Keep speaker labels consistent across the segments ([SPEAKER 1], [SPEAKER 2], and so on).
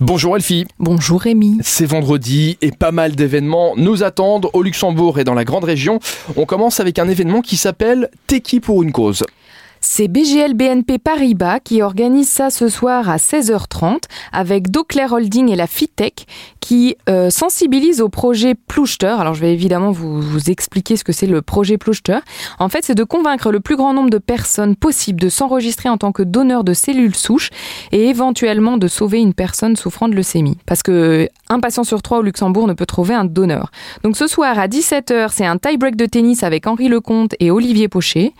[SPEAKER 1] Bonjour Elfie.
[SPEAKER 2] Bonjour Rémi.
[SPEAKER 1] C'est vendredi et pas mal d'événements nous attendent au Luxembourg et dans la grande région. On commence avec un événement qui s'appelle T'es qui pour une cause
[SPEAKER 2] C'est BGL BNP Paribas qui organise ça ce soir à 16h30 avec Doclair Holding et la FITEC qui euh, sensibilise au projet Plouchter. Alors je vais évidemment vous, vous expliquer ce que c'est le projet Plouchter. En fait, c'est de convaincre le plus grand nombre de personnes possible de s'enregistrer en tant que donneur de cellules souches et éventuellement de sauver une personne souffrant de leucémie. Parce que un patient sur trois au Luxembourg ne peut trouver un donneur. Donc ce soir à 17h, c'est un tie-break de tennis avec Henri Lecomte et Olivier Pocher.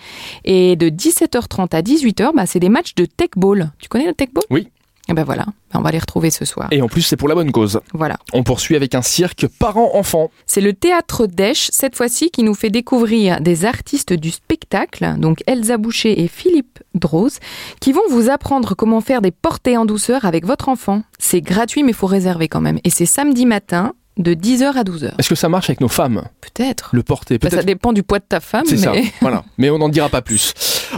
[SPEAKER 2] Et de 17h30 à 18h, bah, c'est des matchs de tech ball. Tu connais le tech ball
[SPEAKER 1] Oui.
[SPEAKER 2] Et ben voilà, on va les retrouver ce soir.
[SPEAKER 1] Et en plus, c'est pour la bonne cause.
[SPEAKER 2] Voilà.
[SPEAKER 1] On poursuit avec un cirque parents-enfants.
[SPEAKER 2] C'est le théâtre d'Esch, cette fois-ci, qui nous fait découvrir des artistes du spectacle, donc Elsa Boucher et Philippe Droz, qui vont vous apprendre comment faire des portées en douceur avec votre enfant. C'est gratuit, mais faut réserver quand même. Et c'est samedi matin, de 10h à 12h.
[SPEAKER 1] Est-ce que ça marche avec nos femmes
[SPEAKER 2] Peut-être.
[SPEAKER 1] Le porter,
[SPEAKER 2] Bah,
[SPEAKER 1] peut-être.
[SPEAKER 2] ça dépend du poids de ta femme,
[SPEAKER 1] c'est
[SPEAKER 2] mais
[SPEAKER 1] ça, voilà. Mais on n'en dira pas plus.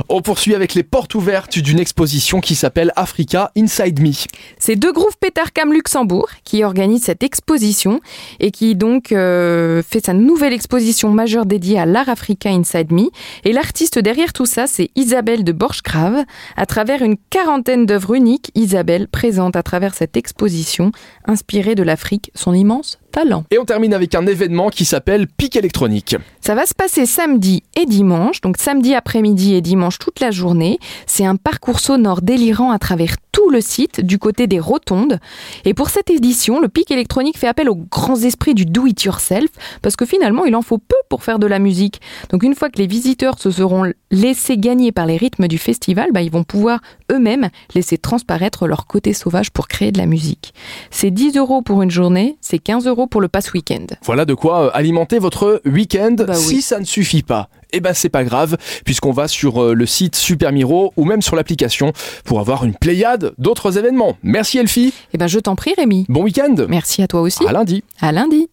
[SPEAKER 1] On poursuit avec les portes ouvertes d'une exposition qui s'appelle Africa Inside Me.
[SPEAKER 2] c'est deux groupes Pétarcam Luxembourg qui organisent cette exposition et qui donc euh, fait sa nouvelle exposition majeure dédiée à l'art africain Inside Me. Et l'artiste derrière tout ça, c'est Isabelle de Borchgrave. À travers une quarantaine d'œuvres uniques, Isabelle présente à travers cette exposition, inspirée de l'Afrique, son immense talent.
[SPEAKER 1] Et on termine avec un événement qui s'appelle Pic électronique.
[SPEAKER 2] Ça va se passer samedi et dimanche, donc samedi après-midi et dimanche toute la journée. C'est un parcours sonore délirant à travers tout le site du côté des rotondes. Et pour cette édition, le pic électronique fait appel aux grands esprits du do-it-yourself parce que finalement, il en faut peu pour faire de la musique. Donc une fois que les visiteurs se seront laissés gagner par les rythmes du festival, bah, ils vont pouvoir eux-mêmes laisser transparaître leur côté sauvage pour créer de la musique. C'est 10 euros pour une journée, c'est 15 euros pour le pass week-end.
[SPEAKER 1] Voilà de quoi euh, alimenter votre week-end.
[SPEAKER 2] Bah oui.
[SPEAKER 1] Si ça ne suffit pas, eh ben c'est pas grave, puisqu'on va sur euh, le site Super Miro ou même sur l'application pour avoir une pléiade d'autres événements. Merci Elfie,
[SPEAKER 2] Eh ben je t'en prie Rémi.
[SPEAKER 1] bon week-end,
[SPEAKER 2] Merci à toi aussi.
[SPEAKER 1] à lundi.
[SPEAKER 2] À lundi.